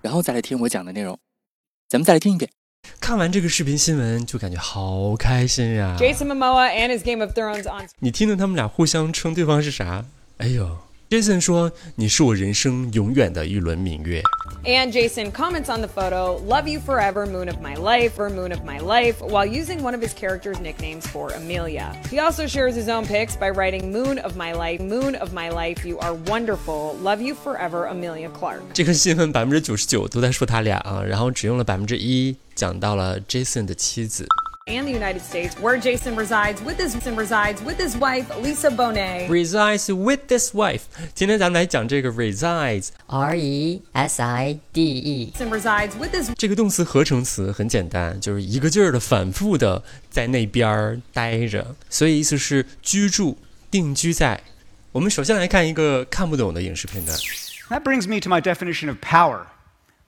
然后再来听我讲的内容。咱们再来听一遍。看完这个视频新闻，就感觉好开心呀！ Jason Momoa and his Game of Thrones on 你听到他们俩互相称对方是啥？哎呦，Jason 说你是我人生永远的一轮明月。 and Jason comments on the photo, "Love you forever, moon of my life, or moon of my life," while using one of his character's nicknames for Amelia. He also shares his own pics by writing, "Moon of my life, moon of my life, you are wonderful. Love you forever, Amelia Clark." 这个新闻百分之九十九都在说他俩啊，然后只用了百分之一讲到了 Jason 的妻子。 And the United States, where Jason resides with his resides with his wife Lisa Bonet. Resides with this wife。今天咱们来讲这个 resides R E S I D E。 Jason resides with his 这个动词合成词很简单，就是一个劲儿的反复的在那边儿待着，所以意思是居住、定居在。我们首先来看一个看不懂的影视片段， That brings me to my definition of power,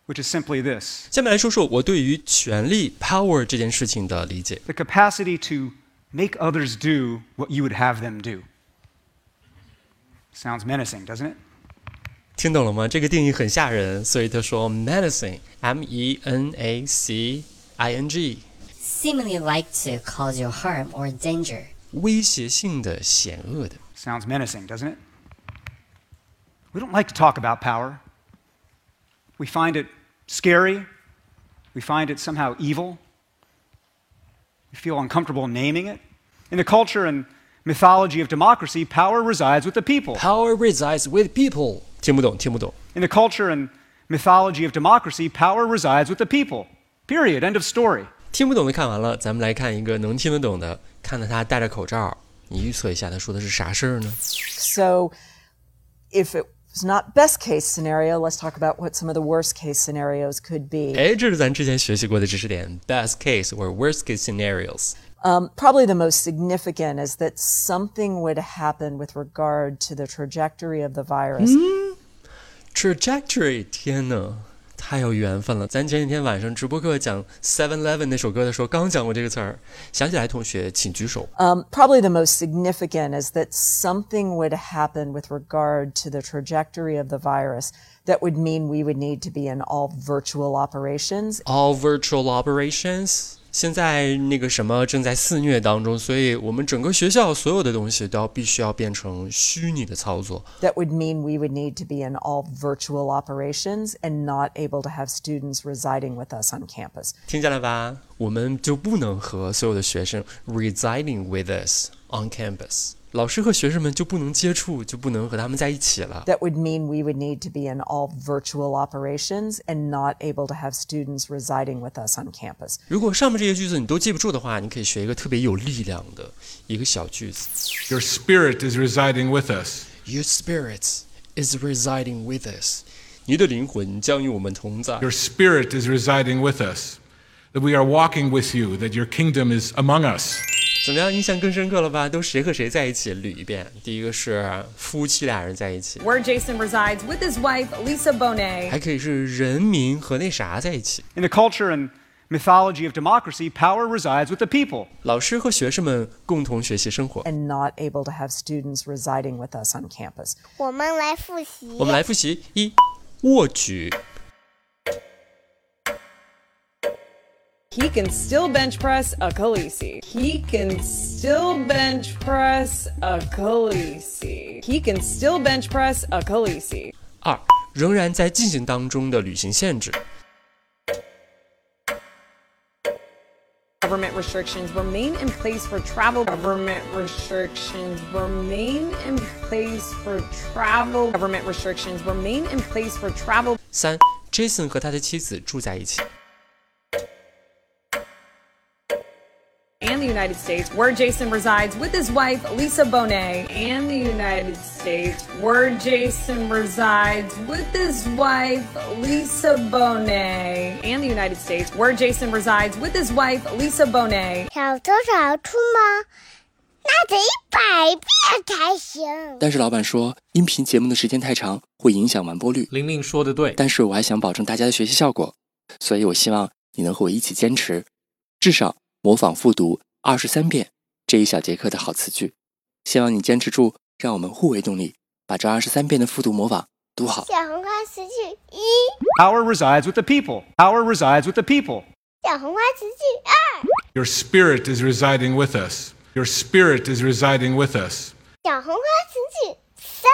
which is simply this 下面来说说我对于权力 （power） 这件事情的理解。 the capacity to make others do what you would have them do. Sounds menacing, doesn't it? 听懂了吗？这个定义很吓人，所以他说 menacing（m e n a c i n g）， Seemingly like to cause you harm or danger。威胁性的、险恶的。 Sounds menacing, doesn't it? We don't like to talk about power. We find it scary. We find it somehow evil. We feel uncomfortable naming it. In the culture and mythology of democracy, power resides with the people. Power resides with people。听不懂，听不懂。 In the culture and mythology of democracy, power resides with the people. Period. End of story. 听不懂的看完了，咱们来看一个能听得懂的。看到他戴着口罩，你预测一下他说的是啥事儿呢？ So, if it was not best case scenario, let's talk about what some of the worst case scenarios could be. 哎，这是咱之前学习过的知识点：best case or worst case scenarios。 Um, probably the most significant is that something would happen with regard to the trajectory of the virus. Trajectory，天呐，太有缘分了！咱前几天晚上直播课讲 Seven Eleven 那首歌的时候，刚讲过这个词儿。想起来，同学请举手。 Um, probably the most significant is that something would happen with regard to the trajectory of the virus that would mean we would need to be in all virtual operations. All virtual operations，现在那个什么正在肆虐当中，所以我们整个学校所有的东西都要必须要变成虚拟的操作。 That would mean we would need to be in all virtual operations and not able to have students residing with us on campus. 听见了吧？我们就不能和所有的学生 residing with us on campus，老师和学生们就不能接触，就不能和他们在一起了。 That would mean we would need to be in all virtual operations and not able to have students residing with us on campus. 如果上面这些句子你都记不住的话，你可以学一个特别有力量的一个小句子 Your spirit is residing with us. ：Your spirit is residing with us。你的灵魂将与我们同在。 Your spirit is residing with us. That we are walking with you, that your kingdom is among us. 怎么样，印象更深刻了吧？都谁和谁在一起？捋一遍。第一个是夫妻俩人在一起， where Jason resides with his wife Lisa Bonet. 还可以是人民和那啥在一起。 In the culture and mythology of democracy, power resides with the people. 老师和学生们共同学习生活。 And not able to have students residing with us on campus. 我们来复习。我们来复习：一、握举； He can still bench press a Khaleesi. He can still bench press a Khaleesi. He can still bench press a Khaleesi. 二、仍然在进行当中的履行限制； Government restrictions remain in place for travel. Government restrictions remain in place for travel. Government restrictions remain in place for travel. 三、Jason 和他的妻子住在一起； And the United States, where Jason resides with his wife, Lisa Bonet, and the United States, where Jason resides with his wife, Lisa Bonet, and the United States, where Jason resides with his wife, Lisa Bonet. 小多少出吗？那得一百遍才行。但是老板说，音频节目的时间太长，会影响完播率。玲玲说的对，但是我还想保证大家的学习效果，所以我希望你能和我一起坚持，至少模仿复读二十三遍这一小节课的好词句。希望你坚持住，让我们互为动力，把这二十三遍的复读模仿读好。小红花词句一， Power resides with the people. Power resides with the people. 小红花词句二， Your spirit is residing with us. Your spirit is residing with us. 小红花词句三，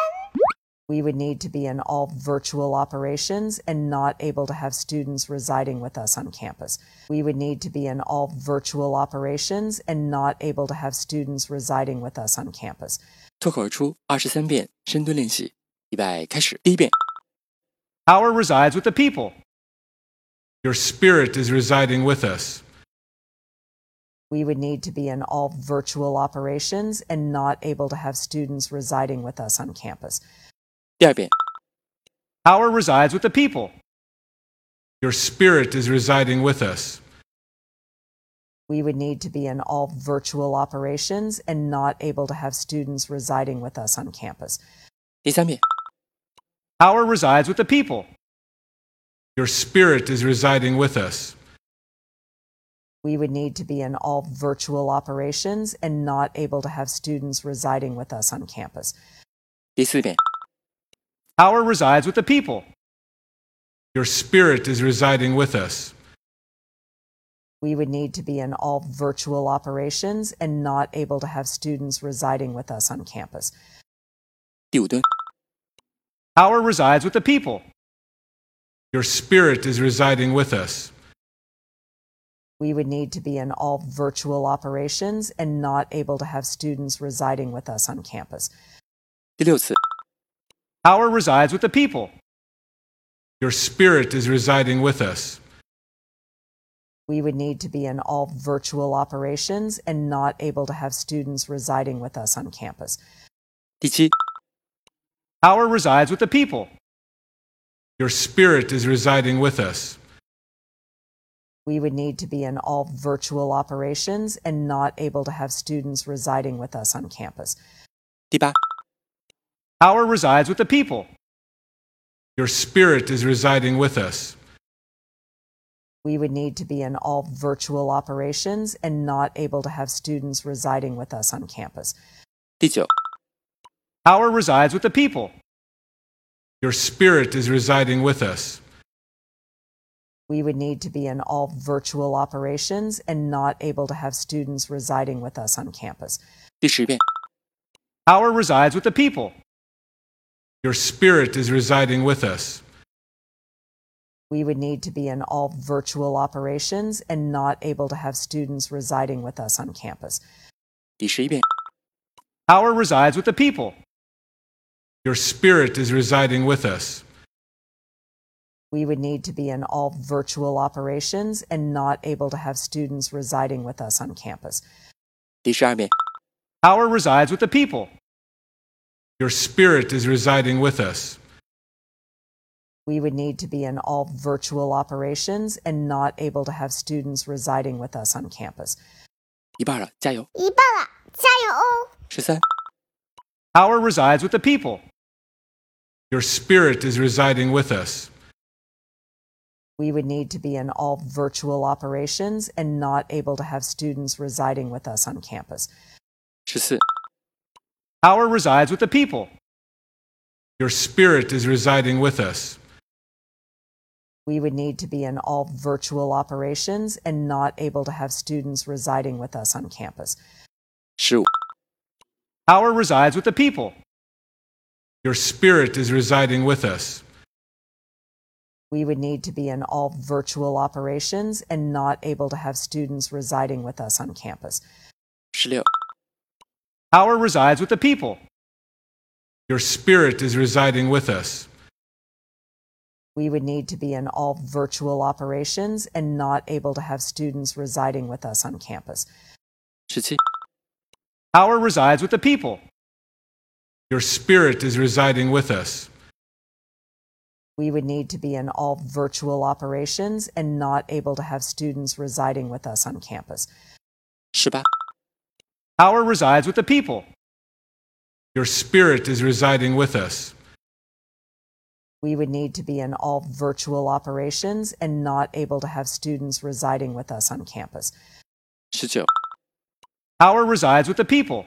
We would need to be in all virtual operations and not able to have students residing with us on campus. We would need to be in all virtual operations and not able to have students residing with us on campus. 脱口而出二十三遍深蹲练习，预备开始。第一遍， Power resides with the people. Your spirit is residing with us. We would need to be in all virtual operations and not able to have students residing with us on campus. 第二遍， Power resides with the people. Your spirit is residing with us. We would need to be in all virtual operations and not able to have students residing with us on campus. 第三遍， Power resides with the people. Your spirit is residing with us. We would need to be in all virtual operations and not able to have students residing with us on campus. 第四遍， Power resides with the people. Your spirit is residing with us. We would need to be in all virtual operations and not able to have students residing with us on campus. 第五蹲， Power resides with the people. Your spirit is residing with us. We would need to be in all virtual operations and not able to have students residing with us on campus. 第六次， Power resides with the people. Your spirit is residing with us. We would need to be in all virtual operations and not able to have students residing with us on campus. 第七， Power resides with the people. Your spirit is residing with us. We would need to be in all virtual operations and not able to have students residing with us on campus. 第八， Power resides with the people. Your spirit is residing with us. We would need to be in all virtual operations and not able to have students residing with us on campus. 第九， Power resides with the people. Your spirit is residing with us. We would need to be in all virtual operations and not able to have students residing with us on campus. 第十遍， Power resides with the people. Your spirit is residing with us. We would need to be in all virtual operations and not able to have students residing with us on campus. 第十一遍， Power resides with the people. Your spirit is residing with us. We would need to be in all virtual operations and not able to have students residing with us on campus. 第十二遍， Power resides with the people. Your spirit is residing with us. We would need to be in all virtual operations and not able to have students residing with us on campus. 一半了，加油！一半了，加油哦！十三、 Power resides with the people. Your spirit is residing with us. We would need to be in all virtual operations and not able to have students residing with us on campus. 十四、 Power resides with the people. Your spirit is residing with us. We would need to be in all virtual operations and not able to have students residing with us on campus. 十五、 Power resides with the people. Your spirit is residing with us. We would need to be in all virtual operations and not able to have students residing with us on campus. 十六、 Power resides with the people. Your spirit is residing with us. We would need to be in all virtual operations and not able to have students residing with us on campus. 十七， Power resides with the people. Your spirit is residing with us. We would need to be in all virtual operations and not able to have students residing with us on campus. 十八， Power resides with the people. Your spirit is residing with us. We would need to be in all virtual operations and not able to have students residing with us on campus. 十九， Power resides with the people.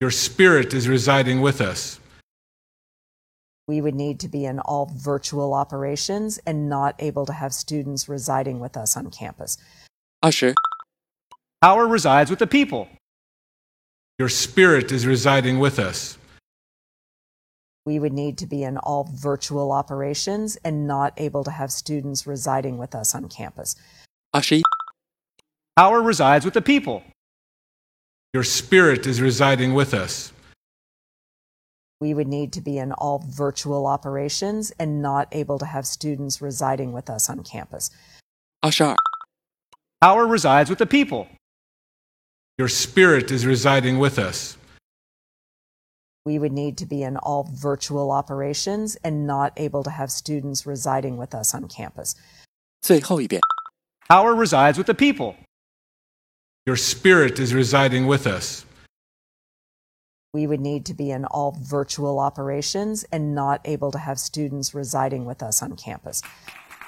Your spirit is residing with us. We would need to be in all virtual operations and not able to have students residing with us on campus. 二十， Power resides with the people. Your spirit is residing with us. We would need to be in all virtual operations and not able to have students residing with us on campus. 二十一， Power resides with the people. Your spirit is residing with us. We would need to be in all virtual operations and not able to have students residing with us on campus. 二十二， Power resides with the people. Your spirit is residing with us. We would need to be in all virtual operations and not able to have students residing with us on campus. 最后一遍。 Power resides with the people. Your spirit is residing with us. We would need to be in all virtual operations and not able to have students residing with us on campus.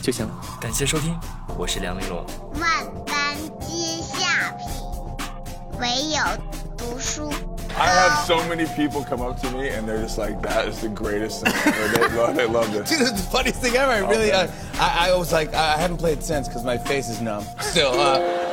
就行了。感谢收听，我是梁丽罗。万般皆下品，唯有读书 I have so many people come up to me and they're just like, that is the greatest thing ever. They, love, they love this. Dude, it's the funniest thing ever. I really, I, I was like, I haven't played since because my face is numb. Still, uh,